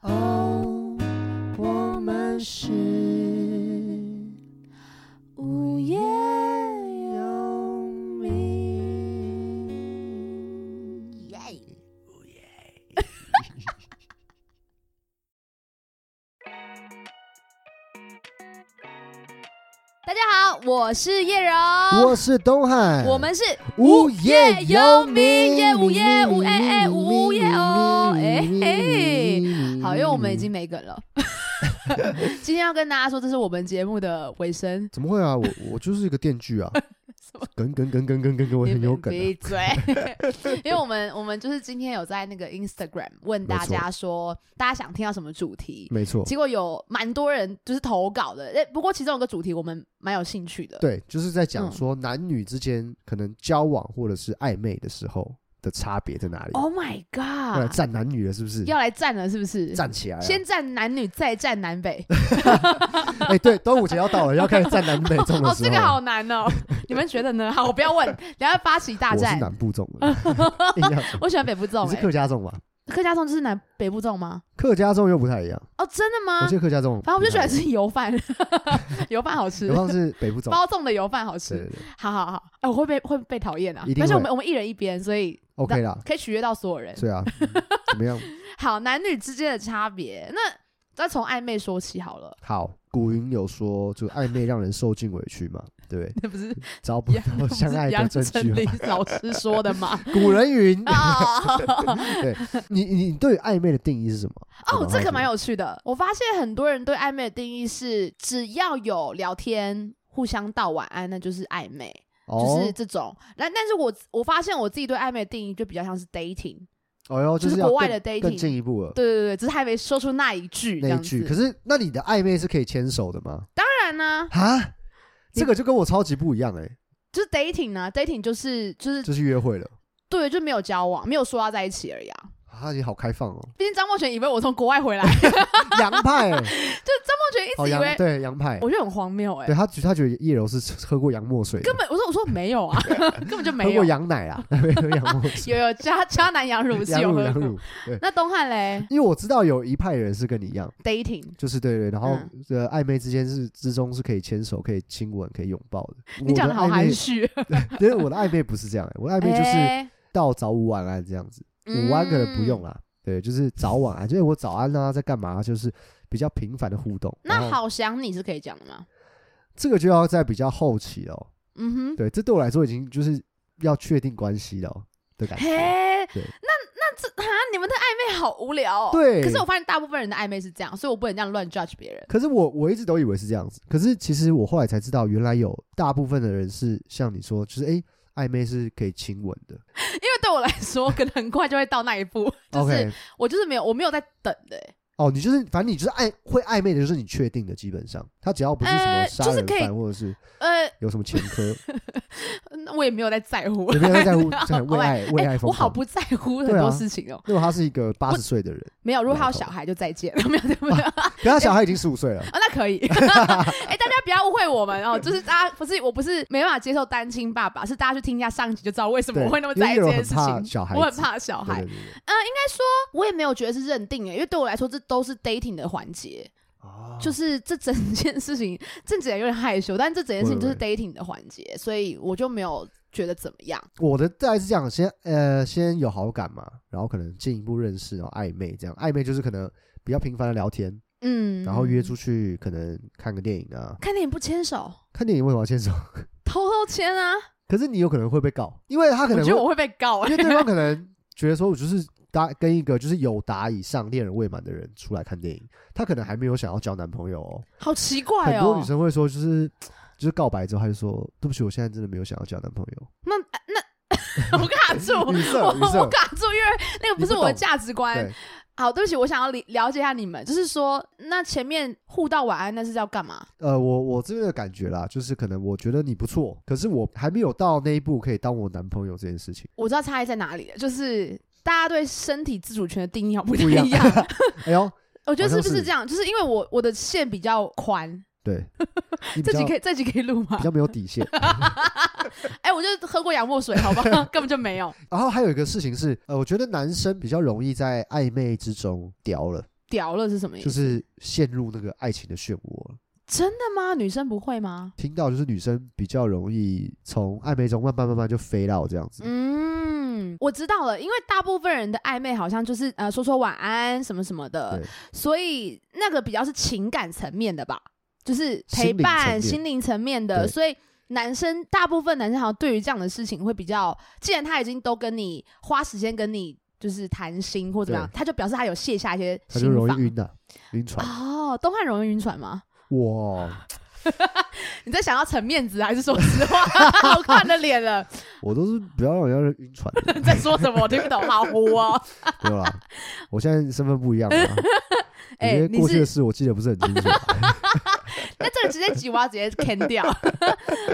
哦我们是无业游民。耶！大家好，我是叶柔，我是东汉，我们是无业游无业游民，民耶无耶无哎哎无无业哦哎嘿好，因为我们已经 没梗了。今天要跟大家说，这是我们节目的尾声。怎么会啊？我我就是一个电 锯啊，梗梗梗梗梗梗梗，我你很有梗、啊闭。嘴！ 因为我们我们就是今天有在那个 Instagram 问大家说，大家想听到什么主题？没错，结果有蛮多人就是投稿的，哎，不过其中有个主题我们蛮有兴趣的。对，就是在讲嗯说男女之间可能交往或者是暧昧的时候的差别在哪里。 ，Oh my 要来 god！站男女了，是不是？要来站了是不是？ 站起来啊！先站男女，再站 南北。哎，对，端午节要到了，要开始站南北粽的哦，时这个候啊好。难哦， 你们觉得呢？好，我不要问，等下发起大我是战。南部粽 的，硬要讲我喜欢北部粽、你是欸，客家粽吧？客家粽就是南北部粽吗？客家粽又不太一样，哦，真的吗我？记得客家粽不太一样，反正我就喜欢吃油饭， 油饭好吃有，方是北部粽，包粽的油饭好对吃。对对好好好，哎、我会被会被讨厌啊一！定但是我会们我们一人一边，所以，OK 啦，可以取悦到所有人。对 啊，嗯怎么样？好，男女之间的差别，那再从暧昧说起好了。好，古云有说，就暧昧让人受尽委屈嘛，对不对？那不是找不杨到不相是爱的杨证丞据琳嘛，老师说的 吗？古人 云，啊、 你你你对于暧昧的定义是什么？我哦，蛮好这奇个蛮有趣的。我发现很多人对暧昧的定义是，只要有聊天、互相道晚安，那就是暧昧，就哦是，这种。那但是我我发现我自己对暧昧的定义就比较像是 dating，哦哟，就是是要国外更的 dating 更进一步了。对对对，只是还没说出那一句这那一样句，子。可是那你的暧昧是可以牵手的 吗？当然呢、啊，你这个就跟我超级不一样哎、就是 dating 呢、d a t i n g 就是就是就是约会了对，就没有交往，没有说要在一起而已啊。啊，你好开放 哦，毕竟张梦泉以为我从国外回来，张梦洋派、欸，泉一哦直以洋为，对洋派，我觉得很荒谬哎、对他觉他觉得叶柔是喝过洋墨水的，根本我说我说没有啊， 根本就喝没有过。洋奶啊， 没喝洋墨水，有有加加南羊乳是羊有乳喝羊过乳，，那东汉嘞因为我知道有一派人是跟你一样， dating，就是对对，然后嗯呃暧昧之间是之中是可以牵手、可以亲吻、可以拥抱的。你讲的好含蓄，我的暧昧，因为我的暧昧不是这样、欸，我的 暧昧就是哎到早午晚安这样子，午安可能不用。嗯啦，对，就是早晚安，就是我早安啊，在干嘛，就是比较频繁的互动。然那后好想你是可以讲的吗？这个就要在比较后期哦。嗯哼，对，这对我来说已经就是要确定关系了哦的感觉。嘿，对那那这啊，你们的暧昧好无聊哦。对可是我发现大部分人的暧昧是这样，所以我不能这样乱 judge 别人。可是我我一直都以为是这样子，可是其实我后来才知道，原来有大部分的人是像你说，就是诶暧昧是可以亲吻的。因为对我来说，可能很快就会到那 一步，就是 OK，我就是没有，我没有在等的欸、哦，你就是反正你就是暧会暧昧的，就是你确定的，基本上他只要不是什么呃杀就是人可以犯或者是呃，有什么前 科，那我也没有在在乎，有没有在乎 在好为吧爱为哎爱疯我好狂？不在乎很对啊多事情哦、如果他是一个八十岁的人，没有，如果他有没错小孩就再见了，没有，没有。可他小孩已经十五岁了， 啊，那可以。哎、大家不要误会我们哦，就是大家不是，我不是没办法接受单亲爸爸，是大家去听一下上集就知道为什么对我会那么因在为意这有人件事很怕情。小孩，我很，怕小对孩对，对对，我也没有觉得是认定诶，因为对我来说这都是 dating 的环节，哦就是这整件事情，正起来有点害羞，但这整件事情就是 dating 的环节，所以我就没有觉得怎么样。我的大概是这样，先呃先有好感嘛，然后可能进一步认识，然后暧昧这样，暧昧就是可能比较频繁的聊天，嗯，然后约出去可能看个电影啊，看电影不牵手，看电影为什么要牵手？ 偷偷牵啊，可是你有可能会被告，因为他可我能觉会得我会被告、因欸。 为对方可能觉得说，我就是搭跟一个就是有达以上恋人未满的人出来看电影，他可能还没有想要交男朋友哦。好奇怪很多哦女。生会说，就是就是告白之后，他就说对不起，我现在真的没有想要交男朋友。那那我卡住， 我语塞语塞我卡住，因为那个不是我的你不懂价值观对。好，对不起，我想要了了解一下你们，就是说，那前面互道晚安那是要干嘛？呃，我我这边的感觉啦，就是可能我觉得你不错，可是我还没有到那一步可以当我男朋友这件事情。我知道差异在哪里了，就是大家对身体自主权的定义好不太不一样一 样。哎呦，我觉得好像是不是是这样？就是因为我我的线比较宽， 对，你比这较集可比以这集可以录吗较？没有底 线。哎、我就喝过洋墨水，好不好？ 根本就没有然后还有一个事情是，呃，我觉得男生比较容易在暧昧之中屌了。屌了是什么意思？就是陷入那个爱情的漩涡了。真的吗？女生不会吗？听到就是女生比较容易从暧昧中慢慢慢慢就飞到这样子，嗯，我知道了，因为大部分人的暧昧好像就是呃说说晚安什么什么的对，所以那个比较是情感层面的吧，就是陪心灵层伴、面心灵层面的，对所以。男生大部分男生好像对于这样的事情会比较，既然他已经都跟你花时间跟你就是谈心或怎么样，对他就表示他有卸下一些她就心容防易晕了、晕船。哦，东汉容易晕船吗？哇，你在想要逞面子还是说实话？ 好看的脸了， 我都是不要让人家晕船的，在说什么？我听不懂，好糊哦。没有 啦。我现在身份不一样了啊，有哎、些你过去的是事我记得不是很清楚啊， 那这个直接挤，我要直接 can 掉。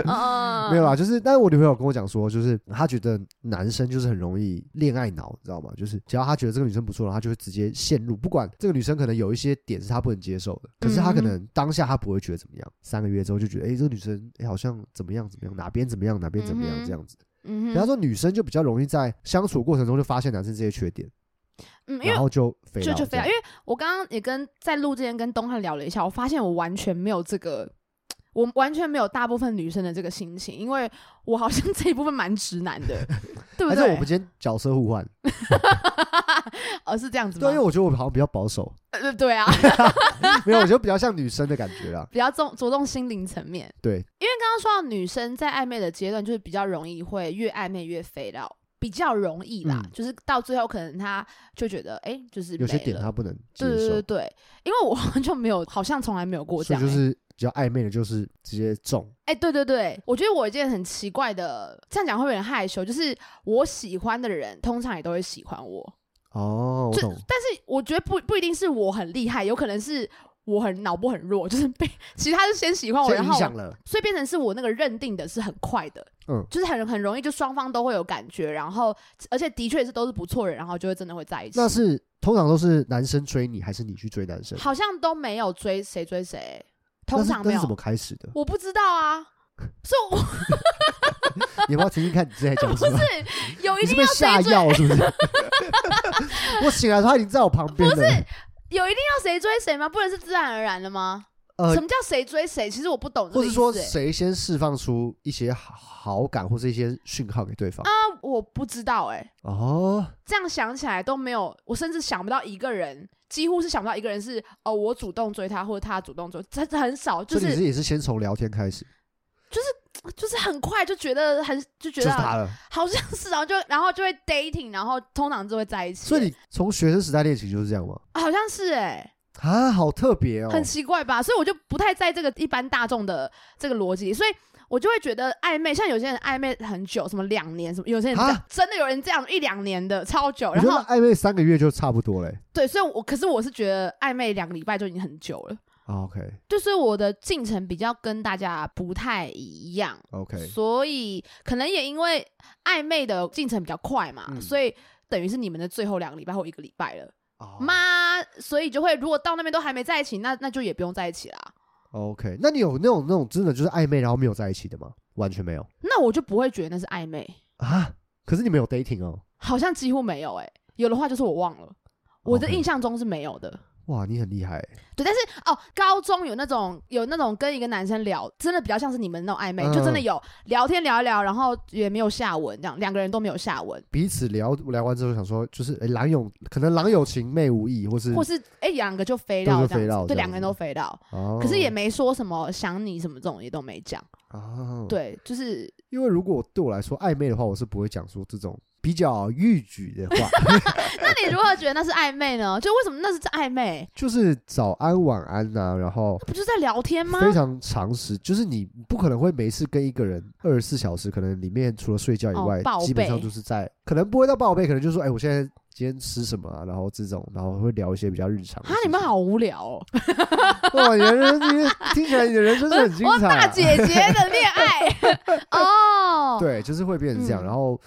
嗯，没有啦。就是，但是我女朋友跟我讲说，就是她觉得男生就是很容易恋爱脑，你知道吗？就是只要她觉得这个女生不错了，她就会直接陷入，不管这个女生可能有一些点是她不能接受的，可是嗯她可能当下她不会觉得怎么样，三个月之后就觉得，哎、这个女生哎、好像怎么样怎么样，哪边怎么样哪边怎么样嗯哼这样子。嗯比方哼，说女生就比较容易在相处过程中就发现男生这些缺点，嗯，因然为后就飞就到就非常，因这样为我刚刚也跟在录之前跟东汉聊了一下，我发现我完全没有这个。我完全没有大部分女生的这个心情，因为我好像这一部分蛮直男 的，对不还是对我？们今天角色互换，哦，是这样子对，因为吗？我觉得我好像比较保守， 呃，对啊， 没有，我觉得比较像女生的感觉啦。比较重着重心灵层面。对，因为刚刚说到女生在暧昧的阶段，就是比较容易会越暧昧越飞到，比较容易啦，嗯就是到最后可能她就觉得，哎、就是有些没点了她不能接对对受对，对，因为我 就没有，好像从来没有过这所欸以样、就是比较暧昧的，就是直接中。哎、对对对，我觉得我有一件很奇怪的，这样讲会有点害羞，就是我喜欢的人通常也都会喜欢我，哦，我就懂，但是我觉得不不一定是我很厉害，有可能是我很脑波很弱，就是被 其实他是先喜欢我，先哦然影后我响了，所以变成是我那个认定的是很快的，嗯就是很很容易就双方都会有感觉，然后而且的确是都是不错人，然后就会真的会在一起那。是通常都是男生追你，还是你去追男生？好像都没有追谁追谁，欸那通是常那没是怎么有，？开始的我不知道啊，所 以我你要不要听听看你之前讲 什么？是有一你是定被要下谁追，药是不是？ 我醒来的时候他已经在我旁边了。有一定要谁追谁吗？不能是自然而然的吗？呃什，么叫谁追谁？其实我不懂这或个意是思、说欸谁先释放出一些好好感或是一些讯号给对方？啊我不知道哎、哦，这样想起来都没有，我甚至想不到一个人，几乎是想不到一个人是哦，我主动追他，或者他主动追，真的很少，就所以你是是也是先从聊天开始，就是很快就觉得很就就觉是他得了。好像是，然后就然后就会 dating，然后通常就会在一起。所以你从学生时代恋情就是这样吗？好像是哎、啊，好特别哦，很奇怪吧？所以我就不太在这个一般大众的这个逻辑，所以。我就会觉得暧昧，像有些人暧昧很久，什么两年，什么有些人这样啊真的有人这样一两年的超久，我然觉得后暧昧三个月就差不多嘞、对，所以我可是我是觉得暧昧两个礼拜就已经很久了，啊 OK 就是我的进程比较跟大家不太一样， OK，所以可能也因为暧昧的进程比较快嘛，嗯所以等于是你们的最后两个礼拜或一个礼拜了，哦妈，所以就会如果到那边都还没在一起，那那就也不用在一起啦。 OK，那你有那种那种真的就是暧昧然后没有在一起的吗？完全没有那我就不会觉得那是暧昧，啊？可是你们有 dating 哦，好像几乎没有诶、有的话就是我忘了，我的 OK 印象中是没有的。哇，你很厉害、欸对，但是哦，高中有那种有那种跟一个男生聊，真的比较像是你们那种暧昧，嗯就真的有聊天聊一聊，然后也没有下文，这样两个人都没有下文，彼此聊聊完之后想说，就是诶郎有可能郎有情妹无意，或是或是哎两个就飞到都是这飞样到子，对，这样两个人都飞到，哦，可是也没说什么想你什么这种也都没讲，哦，对，就是因为如果对我来说暧昧的话，我是不会讲出这种比较欲举的话， 那你如何觉得那是暧昧呢？就为什么那是暧昧？就是早安晚安呐、然后不就是在聊天吗？非常常识，就是你不可能会每次跟一个人二十四小时，可能里面除了睡觉以哦外，报基本上备就是在可能不会到报备，可能就说哎、我现在今天吃什么啊，然后这种，然后会聊一些比较日常的啊事情。，你们好无聊哦！哇，你的人生，你听起来你的人生是很精我 彩、大啊。姐姐的恋爱 哦，对，就是会变成这样，嗯然后。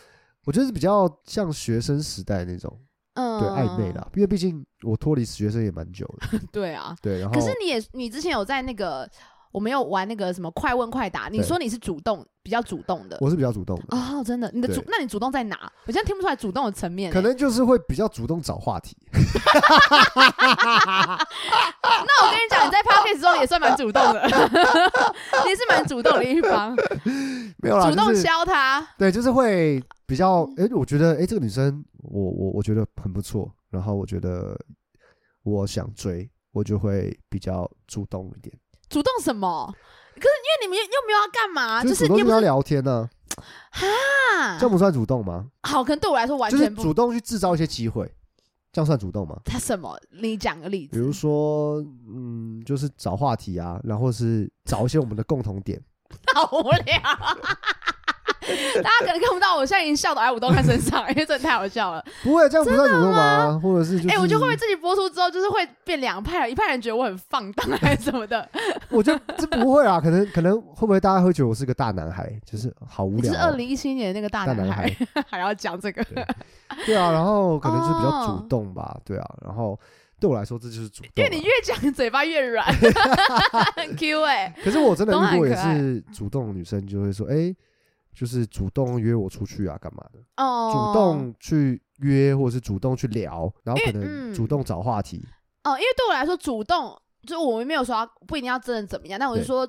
我觉得是比较像学生时代那种嗯，对暧昧，啦，因为毕竟我脱离学生也蛮久了，对啊，对，然后可是你也，你之前有在那个我们有玩那个什么快问快答，你对说你是主动比较主动的我是比较主动的，哦，真的，你的主对那你主动在哪？我现在听不出来主动的层面欸、可能就是会比较主动找话题。那我跟你讲，你在 podcast 中也算蛮主 动的，你是蛮主动的一方，没有啦，主动啊就是敲他，对，就是会比较，嗯哎、我觉得，哎、这个女生，我我我觉得很不错，然后我觉得我想追，我就会比较主动一点，主动什么？可是因为你们又又没有要干嘛，就是主啊你动也跟不她是聊天呢、啊这样不算主动吗？好，可能对我来说完就是全不。主动去制造一些机会，这样算主动吗？他什么？你讲个例子，比如说，嗯，就是找话题啊，然后是找一些我们的共同点，好无聊。 大家可能看不到，我现在已经笑到哎，我都看身上， 因为真的太好笑了。不会这样不算主动吗？或者是就哎、是，我觉得会不会自己播出之后，就是会变两派了？一派人觉得我很放荡还是什么的，我觉得这不会啊，可能可能会不会大家会觉得我是个大男孩，就是好无你聊是哦、二零一七年那个大大男男孩， 还要讲这个， 对啊，然后可能就是比较哦主动吧，对啊，然后对我来说这就是主动因啊、为你越讲嘴巴越软， 很 Q 哎、 可是我真的懂遇很过也可爱是主动的女生就会说，哎、就是主动约我出去啊，干嘛的？哦，主动去约或者是主动去聊，然后可能嗯主动找话题，哦，因为对我来说，主动就我们没有说要不一定要真的怎么样，但我是对说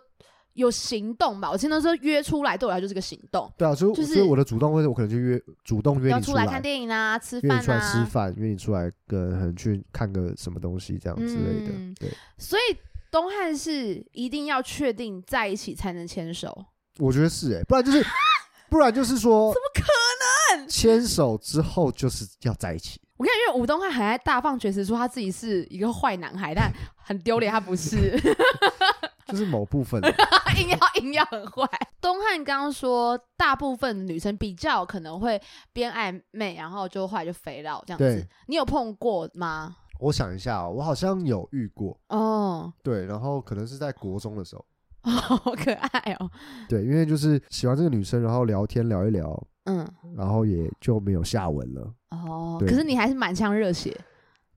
有行动吧。我听到说约出来，对我来说就是个行动。对啊，所以、就是所以我的主动会，我可能就约主动约要你出来，来看电影啊，吃约饭你出来吃啊，饭，约你出来跟可能去看个什么东西这样之类的，嗯对。所以东汉是一定要确定在一起才能牵手，我觉得是哎、不然啊就是，不然就是说，怎么可能？牵手之后就是要在一起，我看，因为吴东汉很爱大放厥词，说他自己是一个坏男孩，但很丢脸，他不是，就是某部 分他 硬要硬要很坏。东汉刚刚说，大部分女生比较可能会边暧昧，然后就后来就肥了这样子对。你有碰过吗？我想一下哦、我好像有遇过，哦，对，然后可能是在国中的时候， 好可爱哦，对，因为就是喜欢这个女生，然后聊天聊一聊，嗯，然后也就没有下文了，哦，对可是你还是满腔热血，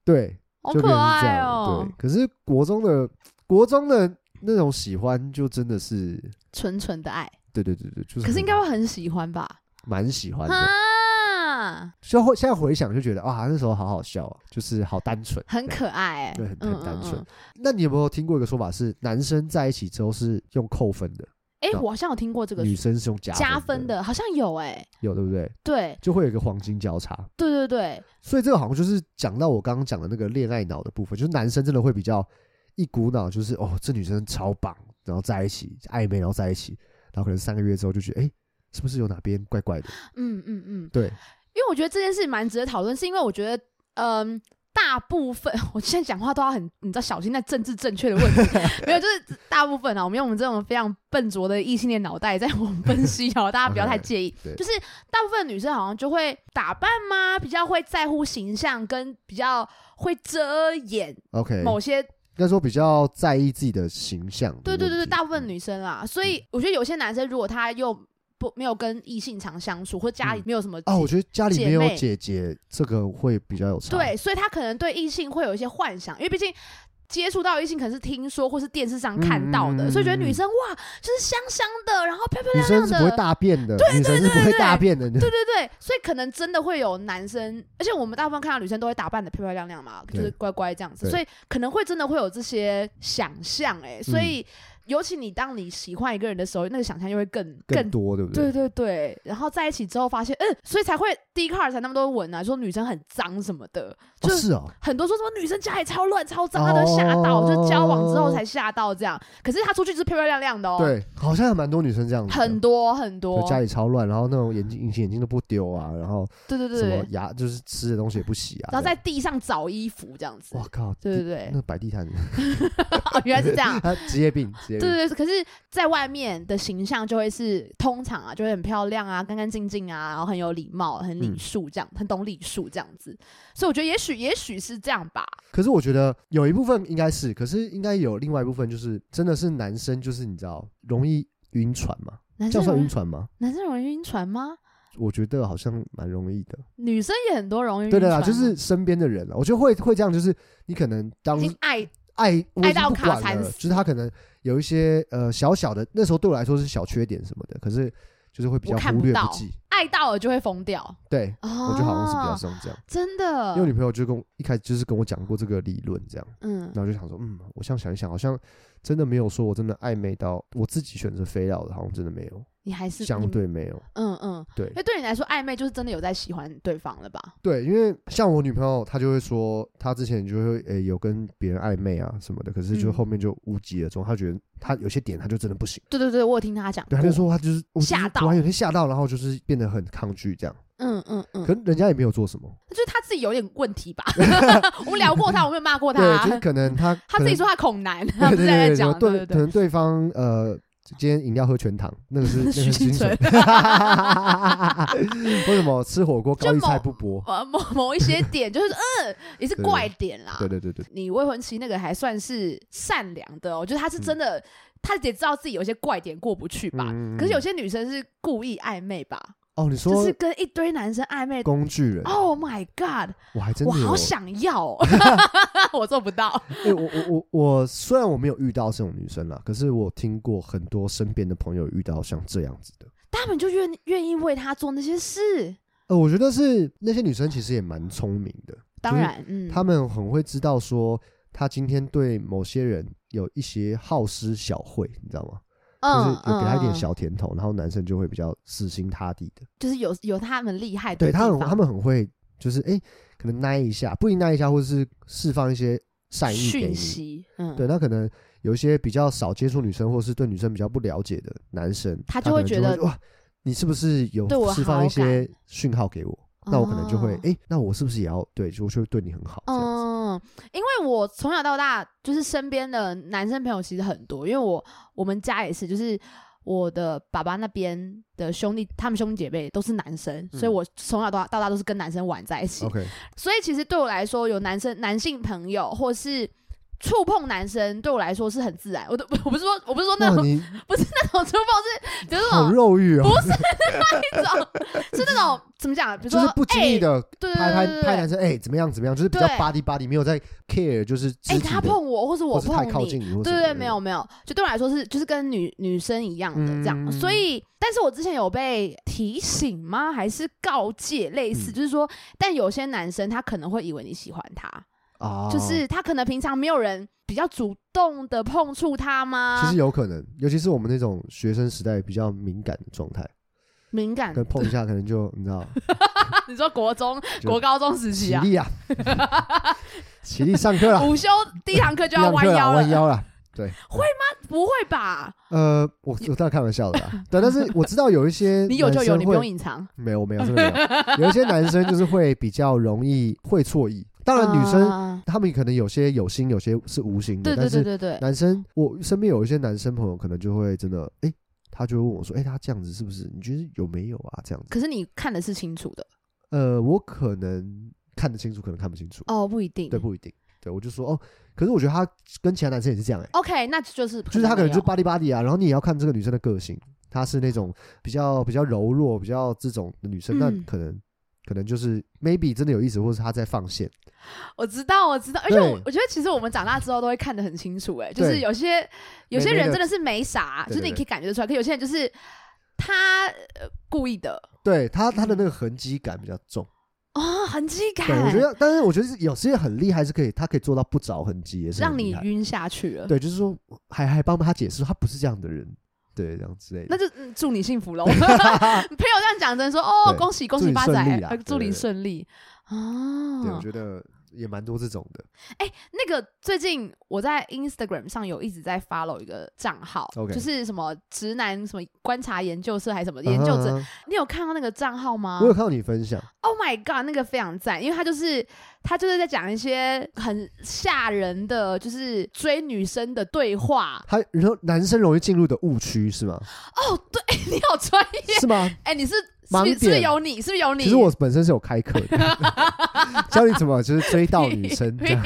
对，好就可变成这爱样哦了，，对。可是国中的国中的那种喜欢，就真的是，纯纯的爱，对对对对，就是很，可是应该会很喜欢吧？蛮喜欢的。啊，就后现在回想就觉得啊，那时候好好笑啊，就是好单纯，很这样可爱、欸，对，很嗯很单。哎、嗯纯嗯。那你有没有听过一个说法是，男生在一起之后是用扣分的，诶对我好像有听过这个女生是用加加分分，的，好像有哎、有对不对？对就会有一个黄金交叉。对对对，所以这个好像就是讲到我刚刚讲的那个恋爱脑的部分，就是男生真的会比较一股脑，就是哦，这女生超棒，然后在一起暧昧，然后在一起，然后可能三个月之后就觉得，哎，是不是有哪边怪怪的？嗯嗯嗯，对，因为我觉得这件事蛮值得讨论，是因为我觉得，嗯。大部分 我现在讲话都要很，你知道小心那政治正确的问题， 没有，就是大部分啊，我们用我们这种非常笨拙的异性恋脑袋在我们分析哦，大家不 要太介意。对就是大部分女生好像就会打扮吗，比较会在乎形象，跟比较会遮掩 OK，某些应该说比较在意自己的形象的对问题。对对对，大部嗯分女生啦，所以我觉得有些男生如果他又不没有跟异性常相处，或家里嗯没有什么哦，我觉得家里没有姐妹姐姐，这个会比较有差。对，所以他可能对异性会有一些幻想，因为毕竟。接触到异性可能是听说或是电视上看到的，嗯嗯嗯所以觉得女生哇就是香香的，然后漂漂女亮生亮是不会的，大便的，女生是不会大便的。对对对，所以可能真的会有男生，而且我们大部分看到女生都会打扮的漂漂亮亮嘛，对就是乖乖这样子，对所以可能会真的会有这些想象哎、所以、嗯尤其你当你喜欢一个人的时候，那个想象就会更更多对不对？对对，然后在一起之后发现，嗯，所以才会第一开始才那么多文啊，说女生很脏什么的，哦就是哦，很多说什么女生家里超乱超脏，她都吓到，就交往之后才吓到这样。可是她出去就是漂漂亮亮的哦，，哦对，好像有蛮多女生这样子的，很多很多就，家里超乱，然后那种眼镜隐形眼镜都不丢啊，然后对对对什么对，牙就是吃的东西也不洗啊，然后在地上找衣服这样子我，靠，对对地对，那摆地摊，哦，原来是这样。他 职业病，职业病，对对对，可是在外面的形象就会是通常啊，就会很漂亮啊，干干净净啊，然后很有礼貌，很礼嗯数这样，很懂礼数这样子。所以我觉得也许也许是这样吧，可是我觉得有一部分应该是，可是应该有另外一部分就是真的是男生就是你知道容易晕船嘛，男这生样算容易晕船吗？男生容易晕船吗？我觉得好像蛮容易的。女生也很多容易晕对船的吗。啦，就是身边的人啦，我觉得会会这样，就是你可能当已经爱爱我已经爱到不卡管惨了，死就是他可能有一些呃小小的，那时候对我来说是小缺点什么的，可是就是会比较我看忽不略到不计。爱到了就会疯掉对，哦，我觉得好像是比较像这样。真因为我的，女朋友就跟我一开始就是跟我讲过这个理论，这样，哦嗯然后我就想说，嗯，我像想一想，好像真的没有说我真的暧昧到我自己选择飞到的，好像真的没有，你还是相，对没有，嗯嗯，对因为对你来说暧昧就是真的有在喜欢对方了吧？对，因为像我女朋友，她就会说，她之前就会诶有跟别人暧昧啊什么的，可是就嗯后面就无疾而终，她觉得她有些点她就真的不行，对对对，我有听他讲，对，她就，说她就是我就是吓到突然有天吓到，然后就是变得很抗拒这样，嗯嗯嗯，可是人家也没有做什么，就是他自己有点问题 吧？ 我们聊过他，我没有骂过他对，就是啊，可能她他可自己能说他恐男，他对不对是在对，什么讲，对对可能对方呃，今天饮料喝全糖，那个是那个徐是清精纯神。为什么吃火锅高就丽菜某不薄？呃某某一些点就是嗯，也是对对怪点啦，对对对对你未婚妻那个还算是善良的、哦，我觉得她是真的，她也知道自己有一些怪点过不去吧。嗯嗯嗯嗯可是有些女生是故意暧昧吧，哦，你就说是跟一堆男生暧昧。工具人， Oh my god！我还真我的有好。想要、 哦， 我做不到。哎我我我我虽然我没有遇到这种女生啦，可是我听过很多身边的朋友遇到像这样子的。他们就愿愿意为他做那些事，呃，我觉得是那些女生其实也蛮聪明的，当然，嗯，她们很会知道说，她今天对某些人有一些好施小惠，你知道吗？就是有给他一点嗯，小甜头，然后男生就会比较死心塌地的。就是有有他们厉害的对地他方，很他们很会，就是哎、诶可能耐一下，不一定耐一下，或者是释放一些善意给讯你。息，嗯，对，那可能有一些比较少接触女生，或是对女生比较不了解的男生，他他就会可能觉得哇，你是不是有对我释放好一些讯号给我？那我可能就会哦哎、诶那我是不是也要对，就就会对你很好这样子？嗯，因为我从小到大就是身边的男生朋友其实很多，因为我我们家也是，就是我的爸爸那边的兄弟，他们兄弟姐妹都是男生，所以嗯哦我从小到大到大都是跟男生玩在一起， OK，所哦以其实对我来说，有男生男性朋友或是。触碰男生对我来说是很自然，我都我不是说我不是说那哇，种你不是那种触碰是，比如好说肉欲哦，那种是那种怎么讲，比如就说是不经意哎的对对拍对拍对拍对男生，哎、怎么样怎么样，就是比较对 body body，没有在 care，就是肢哎体他的碰我或是我或是太碰靠你，近你或什么的，对对，没有没有，就对我来说是就是跟女女生一样的这样，嗯所以，但是我之前有被提醒吗？还是告诫类似，嗯就是说，但有些男生他可能会以为你喜欢他，啊，就是他可能平常没有人比较主动的碰触他其吗实？有可能，尤其是我们那种学生时代比较敏感的状态，敏感啊跟，碰一下可能就你知道，你说国中、就国高中时期起啊， 立啊，起立上课了，午休第一堂课 就要上弯课腰了，了，弯腰了。 对，不会吧？呃，我我当然开玩笑的啦， 对，但是我知道有一些你有就男有，生你不用会隐藏。没有，我没有，真的 没有，有一些男生就是会比较容易会错意，当然女生啊他们可能有些有心，有些是无心对的，对但对是对对，男生，我身边有一些男生朋友，可能就会真的，哎、他就会问我说，哎、他这样子是不是？你觉得有没有啊？这样子，可是你看的是清楚的呃，我可能看得清楚，可能看不清楚，哦，不一定对，。不一定。对，我就说哦，可是我觉得他跟其他男生也是这样、诶 OK，那就是就是他可能没就有 body body 啊，然后你也要看这个女生的个性，她是那种比较比较柔弱、比较这种的女生，那嗯可能可能就是 maybe 真的有意思，或是她在放线，我知道，我知道，而且我对我觉得其实我们长大之后都会看得很清楚、哎，就是对有些有些美人美的真的是没啥，对就是你对可以感觉得出来，可有些人就是他、呃、故意的对她她的那个痕迹感比较重。哦，痕迹感，对，我觉得，但是我觉得是有些很厉害，是可以，他可以做到不着痕迹，也是很让你厉害晕下去了。对，就是说还还帮他解释，他不是这样的人，对，这样之类那 的。就、嗯祝你幸 福喽！朋友这样讲，真的说哦，对恭喜恭祝喜你发顺财利啦，啊呃祝对你对对顺利对，我哦。觉得也蛮多这种的。那个最近我在 Instagram 上有一直在 follow 一个账号 OK 就是什么直男什么观察研究社还是什么研究者啊啊哈你有看到那个账号吗我有看到你分享， ？Oh my god，那个非常赞，因为他就是他就是在讲一些很吓人的，就是追女生的对话。 他然后男生容易进入的误区是吗？哦，对，你好专业，是吗？哎、你是是盲不是点是不是有你？是不是有你？其实我本身是有开课 的，教你怎么就是追到女生这样。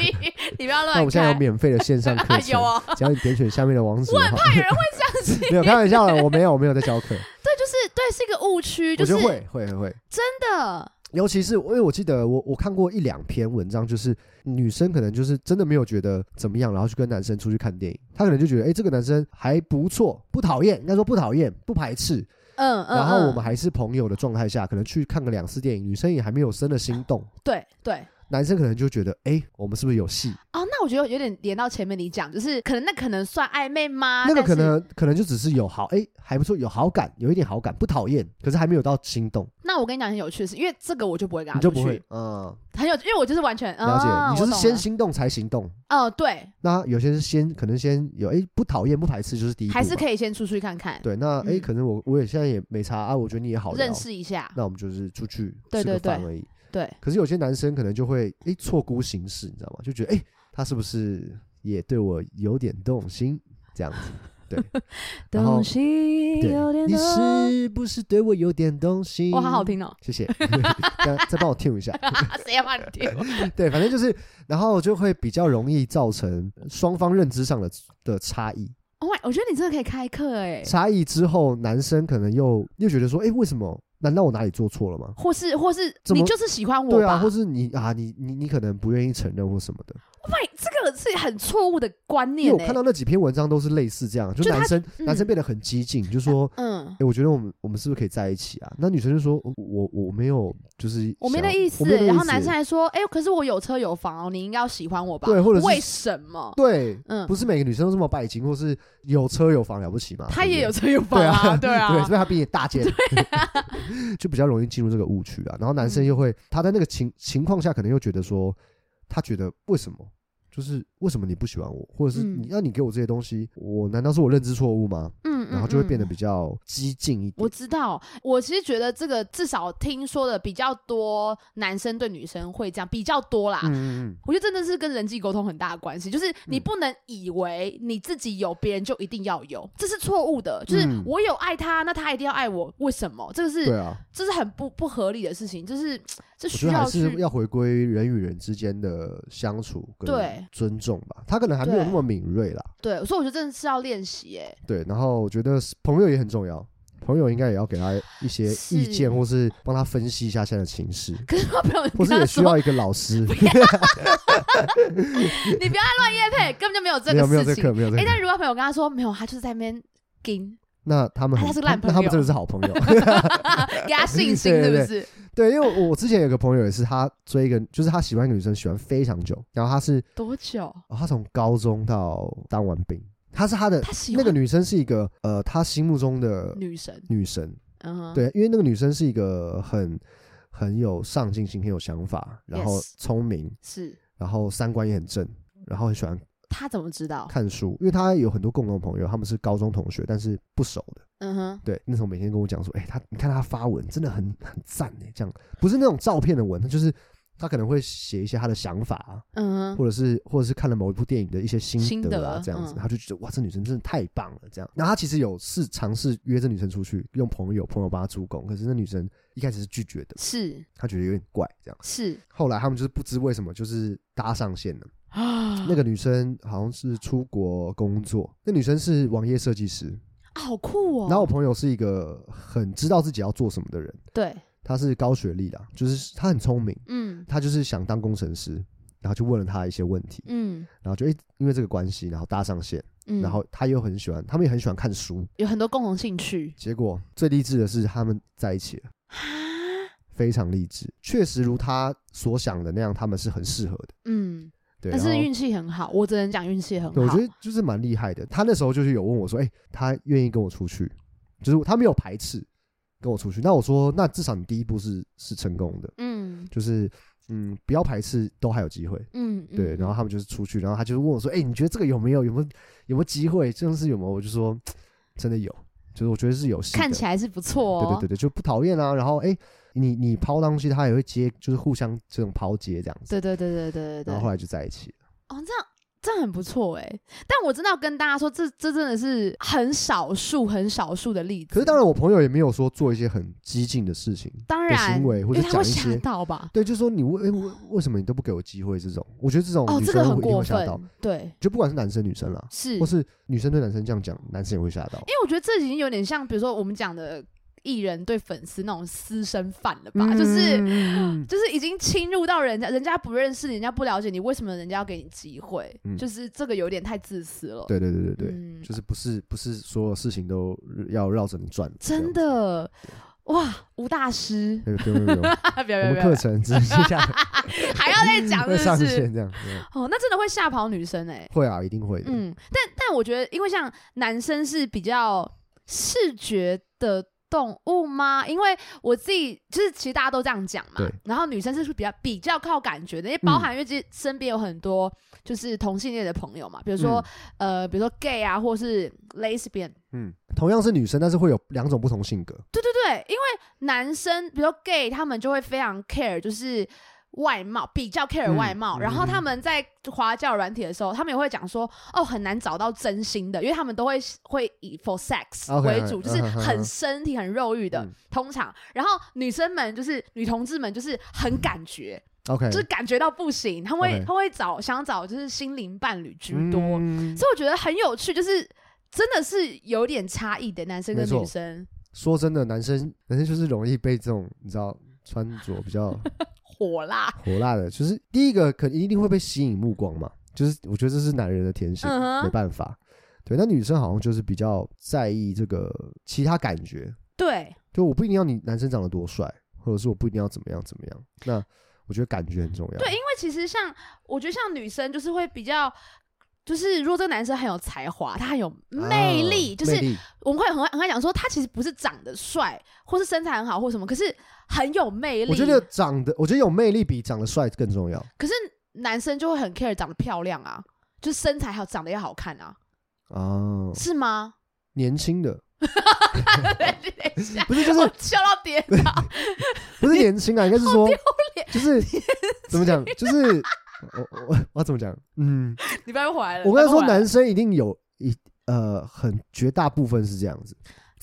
你不要乱那我们现在有开。免费的线上课程 有， 哦，只要你点选下面的网址的话，有人会相信没有开玩 笑的，我没有，我没有在教课，对，就是对，是一个误区，我就觉是得会会会会，真的。尤其是因为我记得我我看过一两篇文章，就是女生可能就是真的没有觉得怎么样，然后去跟男生出去看电影，她可能就觉得哎、诶这个男生还不错，不讨厌，应该说不讨厌，不排斥，嗯嗯，然后我嗯们还是朋友的状态下，可能去看个两次电影，女生也还没有深的心动，对对。男生可能就觉得哎、诶我们是不是有戏？哦，那我觉得有点连到前面你讲，就是可能那可能算暧昧吗？那个啊但可是能可能就只是有好哎、还不错，有好感，有一点好感，不讨厌，可是还没有到心动，那我跟你讲很有趣的是，因为这个我就不会跟他你出就去，不会嗯很有，因为我就是完全了解，啊、你就是我懂先了心动才行动。呃对，那有些是先可能先有哎、诶不讨厌不排斥就是第一步嘛，还是可以先出去看看，对。那哎、诶嗯可能我我也现在也没差啊，我觉得你也好聊认，识一下，那我们就是出去对吃个对对饭而已。对，可是有些男生可能就会哎错估形势，你知道吗？就觉得哎、诶他是不是也对我有点动心这样子？然后东西对有点，你多是不是对我有点动心？哇，好好，听哦，谢 谢。再再帮我听一下， 谁要帮你 ，Oh 听？对，反正就是，然后就会比较容易造成双方认知上的的差异。哦，我觉得你真的可以开课哎，差异之后，男生可能又又觉得说，哎、为什么？难道我哪里做错了吗？或是或是怎么你就是喜欢我对吧？啊，或是你啊，你你你可能不愿意承认或什么的，喂，Oh 这个是很错误的观因为念我哎看，到那几篇文章都是类似这样，就就他男生、嗯男生变得很激进，就说，嗯哎、，我觉得我们我们是不是可以在一起啊？那女生就说，我我我没有，就是我没想那要意我思没有那，然后意思男生还说，哎，可是我有车有房哦，你应该要喜欢我吧？对或者是为什么？对，嗯，不是每个女生都这么拜金，或是有车有房了不起嘛？他对不也对有车有对房啊， 对对，啊所，以他比你大件， 就比较容易进入这个误区啊。然后男生又嗯会，他在那个情情况下，可能又觉得说，他觉得为什么，就是为什么你不喜欢我，或者是嗯你让你给我这些东西，我难道是我认知错误吗？嗯，嗯然后就会变得。嗯比较激进一我点。知道，我其实觉得这个至少听说的比较多，男生对女生会这样比较多啦。嗯嗯我觉得真的是跟人际沟通很大的关系，就是你不能以为你自己有，别人就一定要有，这是错误的。就是嗯我有爱他，那他一定要爱我，为什么？这个嗯，对是啊，这是很不不合理的事情，就是这我觉需得还要是去要回归人与人之间的相处跟对尊重吧。他可能还没有对那么敏锐啦，对，所以我觉得真的是要练习耶。 对，然后我觉得是朋友也很重要，朋友应该也要给他一些意见，是或是帮他分析一下现在的情势，可是我朋友或跟是也他需说要，一个老师。你不要再乱叶配，根本就没有这嗯没有没有个这个事情。课，没有这哎、个课但。如果朋友跟他说没有，他就是在 那边跟那他们哎很他是个烂那他们朋友真的是好朋友。 给他信心，对对是不对是？对，因为我我之前有个朋友也是，他追一个，就是他喜欢一个女生，喜欢非常久，然后他是多久？哦他从高中到当完兵，他是他的他喜那欢个女生是一个呃，他心目中的女神，女神，嗯哼，对，因为那个女生是一个很很有上进心、很有想法，然后 Yes 聪明，是然后三观也很正，然后很喜欢他怎么知道？看书，因为他有很多共同朋友，他们是高中同学，但是不熟的。嗯哼，对，那时候每天跟我讲说，哎、他你看他发文真的很很赞哎，这样不是那种照片的文，他就是他可能会写一些他的想法、啊，嗯哼，或者是或者是看了某一部电影的一些心心得啊得这样子，嗯他就觉得哇，这女生真的太棒了这样。然后他其实有试尝试约这女生出去，用朋友朋友帮他助攻，可是那女生一开始是拒绝的，是他觉得有点怪这样。是后来他们就是不知为什么就是搭上线了。啊，那个女生好像是出国工作，那女生是网页设计师。啊好酷哦。然后我朋友是一个很知道自己要做什么的人，对，他是高学历的，啊就是他很聪明，嗯他就是想当工程师，然后就问了他一些问题，嗯然后就诶、因为这个关系，然后搭上线，嗯，然后他又很喜欢，他们也很喜欢看书，有很多共同兴趣结果最励志的是他们在一起了，啊，非常励志，确实如他所想的那样，他们是很适合的，嗯，对，但然后是运气很好，我只能讲运气很对，我好觉。得就是蛮厉害的。他那时候就是有问我说：“哎、他愿意跟我出去，就是他没有排斥跟我出去。”那我说：“那至少你第一步是是成功的，嗯就是嗯，不要排斥，都还有机会。”嗯，对，嗯然后他们就是出去，然后他就是问我说：“哎、你觉得这个有没有有没有有没有机会？真的是有没有？”我就说：“真的有，就是我觉得是有戏的。”看起来是不错对哦。对对对，就不讨厌啊。然后哎、你你抛东西，他也会接，就是互相这种抛接这样子。对对对对对对然对后后来就在一起了。哦，这样这样很不错哎、但我真的要跟大家说，这这真的是很少数、很少数的例子。可是当然，我朋友也没有说做一些很激进的事情。当的然，行为或者因为他会讲一吓些到吧？对，就说你为为为什么你都不给我机会？这种，我觉得这种哦，女这个生很会一定过会吓到，分，对，就不管是男生女生啦，是，因或是女生对男生这样讲，男生也会吓到。为我觉得这已经有点像，比如说我们讲的。艺人对粉丝那种私生饭了吧？就是嗯 就是已经侵入到人家，人家不认识你，人家不了解你，为什么人家要给你机会？嗯就是这个有点太自私了。对对对对对，嗯就是不是不是所有事情都要绕着你转，真的哇，吴大师，这样子。哎不用不用不 用，不要不要我不们要不课要，程只剩下 还要 再讲会是上不是？线这样，对哦，那真的会吓跑女生哎、欸。会啊，一定会的。嗯，但但我觉得，因为像男生是比较视觉的动物吗？因为我自己就是其实大家都这样讲嘛对，嗯然后女生是比较比较靠感觉的，因为包含因为其实身边有很多就是同性恋的朋友嘛，比如说、呃，比如说 gay 啊，或是 lesbian。嗯，同样是女生，但是会有两种不同性格。对对对，因为男生，比如说 gay，他们就会非常 care，就是外貌，比较 care 嗯外貌。嗯然后他们在滑教软体的时候，他们也会讲说，哦，很难找到真心的，因为他们都会会以 for sex OK，为主，嗯就是嗯嗯很嗯身体、很肉欲的，嗯通常。然后女生们就是女同志们，就是很感觉， OK，就是感觉到不行，他们会嗯 OK 他们会找想找就是心灵伴侣居多，嗯所以我觉得很有趣，就是真的是有点差异的男生跟没错女生。说真的，男生男生就是容易被这种你知道穿着比较火辣，火辣的，就是第一个可一定会被吸引目光嘛，就是我觉得这是男人的天性，嗯哼没办法。对，那女生好像就是比较在意这个其他感觉，对，就我不一定要你男生长得多帅，或者是我不一定要怎么样怎么样。那我觉得感觉很重要。对，因为其实像我觉得像女生就是会比较，就是如果这个男生很有才华，他很有哦魅啊力，就是魅力我们会很爱很爱讲说他其实不是长得帅，或是身材很好或什么，可是很有魅力。我觉得，长得，我觉得有魅力比长得帅更重要可是男生就会很 care 长得漂亮啊，就身材好，长得要好看啊，啊。是吗？年轻 的对等一下不是就我是笑到 跌倒，不是年轻啊，应该是说脸啊就是怎么讲，就是我我我我要怎么讲？嗯，你不要回来了。我刚才说不要回来了男生一定有一呃很绝大部分是这样子，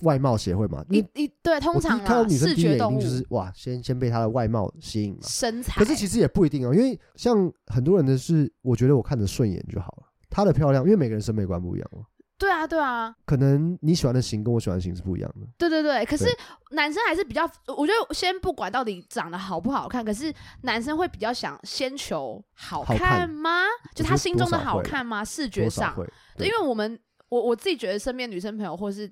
外貌协会嘛，你一一对，通我第一常看到啊，女生视第一眼觉一定动物就是哇，先先被她的外貌吸引嘛。身材，可是其实也不一定哦，因为像很多人的是，我觉得我看着顺眼就好了。她的漂亮，因为每个人审美观不一样嘛，对啊，对啊，可能你喜欢的型跟我喜欢的型是不一样的。对对对，可是对男生还是比较，我觉得先不管到底长得好不好看，可是男生会比较想先求好好看看吗？就我觉他得心多中的少好会看吗？视觉多少上，会对对，因为我们我我自己觉得身边女生朋友或是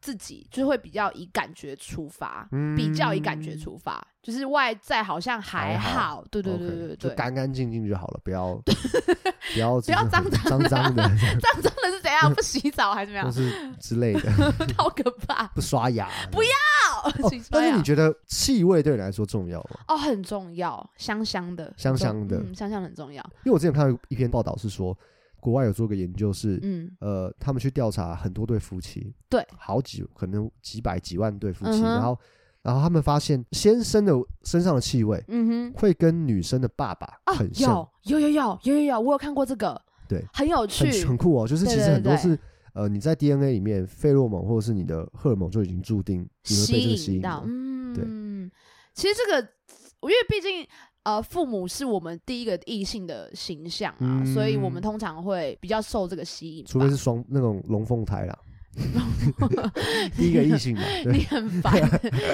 自己，就会比较以感觉出发，比较以感觉嗯出发，就是外在好像还还好对对嗯对 OK，对对就对，干干净净就好了，不 要不要不要脏脏脏的脏的， 这样真的是怎 样？不洗澡还是怎么或样？啊是之类的， 好可怕！不刷牙， 不要。哦但是你觉得气味对你来说重要吗？哦，很重要，香香的，香很重香的嗯，香香的很重要，因为我之前看到一篇报道是说，国外有做个研究是，嗯。呃，他们去调查很多对夫妻，对，好几可能几百几万对夫嗯妻，哼然后然后他们发现先生的身上的气味嗯哼，会跟女生的爸爸哦，很像，有有有有有有有，我有看过这个，对，很有趣，很很酷哦，就是对其实对很多对是呃你在 DNA 里面费洛蒙或者是你的荷尔蒙就已经注定你会被这个吸引引到了，嗯，其实这个，因为毕竟呃，父母是我们第一个异性的形象啊，嗯所以我们通常会比较受这个吸引吧。除非是双那种龙凤胎啦， 第一个异性嘛，对 你很 烦，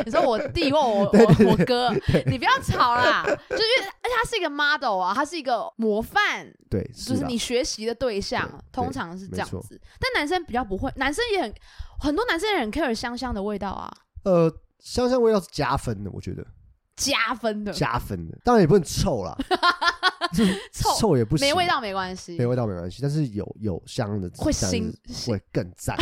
你说我弟或我对对我我哥，你不要吵啦，就因为而且他是一个 model 啊，他是一个模范，对，就是是啦你学习的对象，对通常是这样没错子。但男生比较不会，男生也很很多男生也很 care 香香的味道啊，呃香香味道是加分的，我 觉得加分的，加分的，当然也不能臭啦，就是 臭臭也不行，没味，道没关系没，味道没关系，但是有有香的会香心是会更 赞，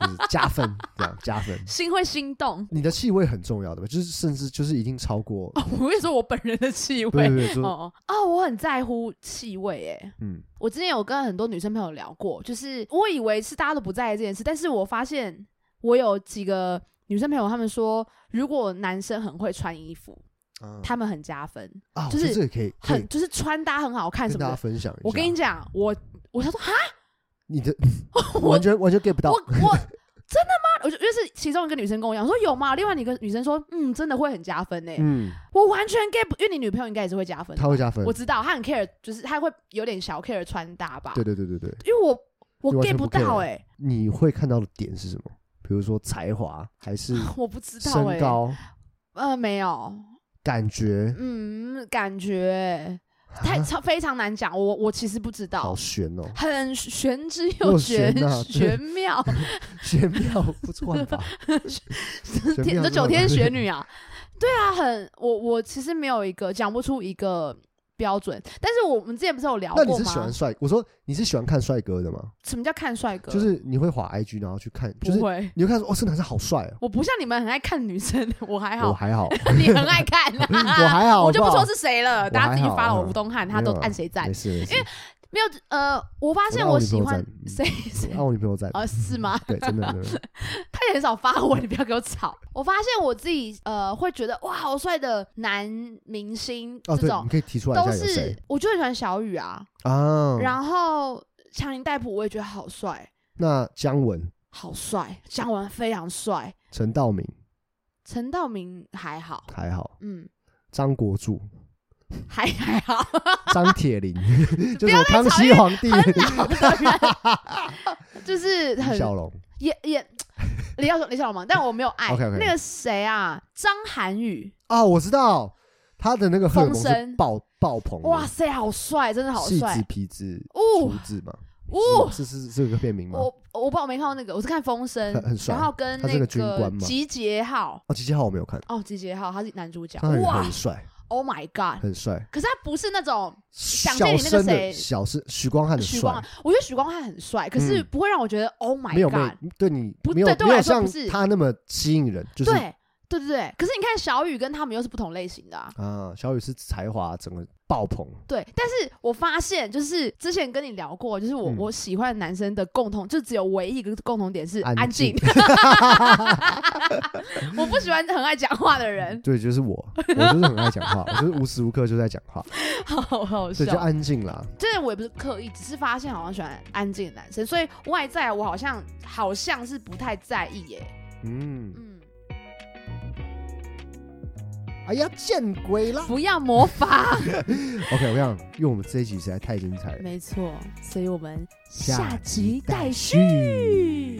就是加分这样加分。心会心动。 你的气味很重要的吧，就是甚至就是已经超过，哦，我跟你说，我本人的气对味。对对，就哦哦，我很在乎气味诶。嗯我之前有跟很多女生朋友聊过，就是我以为是大家都不在意这件事，但是我发现我有几个女生朋友，她们说，如果男生很会穿衣服，啊她们很加分，啊，就我觉得是这个可以可以很就是穿搭很好看跟什么大家的。分享一下。我跟你讲，我我他说哈，你的 我完全完全 get 不我到，我真的吗？我就就是其中一个女生跟我讲说有吗？另外一个女生说嗯，真的会很加分呢、嗯，我完全 get 不，因为你女朋友应该也是会加分的他吧，会加分我，知道她很 care，就是她会有点小 care 穿搭吧。对，对对对对，因为我我你完 get 全不不到 care 哎、你会看到的点是什么？比比如说才华还是我不知道哎、身高、呃，没有，感觉，嗯，感觉太啊超非常难讲，我我其实不知道好，悬哦， 很玄之又又玄，玄啊玄妙，玄妙不错 吧？ 玄天妙这是九吧天玄女啊， 对啊，很我我其实没有一个讲不出一个标准，但是我们之前不是有聊那你过是喜吗欢？帅？我说你是喜欢看帅哥的吗？什么叫看帅哥？就是你会滑 IG 然后去看，就是不会，你会看说哦，这男生好帅哦。我不像你们很爱看女生，我还我好，还 好，你很爱看、啊 我还好，我就不好说好是谁了，我大家自己还好发了我嗯吴东汉，他没都有啊按谁赞没，事没事，没有呃，我发现我按我女喜朋友欢赞嗯谁谁 我按我女朋友在，呃是吗？ 对，真的真的，他也很少发我，你不要给我吵。我发现我自己呃会觉得哇好帅的男明星哦对，这你种可以提出来一都下有是谁，我就很喜欢小雨啊，啊？然后强尼戴普我也觉得好帅，那姜文、好帅，姜文非常帅，陈道明陈道明还好，还好，嗯，张国柱、还还好，张铁 林，就不是要我再康吵熙因为皇帝、就 是李很小龙，也也李小龙李小龙嘛，但我没有爱 OK，OK 那个谁啊，张涵予，哦，我知道他的那个荷尔蒙风声是爆爆棚的，哇塞，好帅，真的好嗯戏帅子、，皮子、哦厨子嘛，哦，是是是这个片名吗？我我不知道我没看到那个，我是看《风声很很》，帅然后跟他那是个军官嘛集结号，哦，集结号我没有看，哦，集结号他是男主角，他很哇很帅， ，Oh my God！很帅。可是他不是那种想见小你那个生谁的小生许光汉的许帅光，，啊我觉得许光汉很帅，可是嗯不会让我觉得 Oh my 没有魅 God！，对你不没有对对我没有来说像不是他那么吸引人，就是对对对对，可是你看小雨跟他们又是不同类型的啊，啊，小雨是才华整个爆棚，对，但是我发现就是之前跟你聊过，就是我、嗯我喜欢的男生的共同，就只有唯一一个共同点是安安静。 我不喜欢很爱讲话 的人，对，就是我，我就是很爱讲话，我就是无时无刻就在讲话，好好所以就笑。安静啦。这我也不是刻意，只是发现好像喜欢安静的男生，所以外在我好像好像是不太在意耶、嗯，嗯，哎呀，见鬼 啦不要模仿。 ！OK，我跟你讲，因为我们这一集实在太精彩了，没错，所以我们下下集待续。续。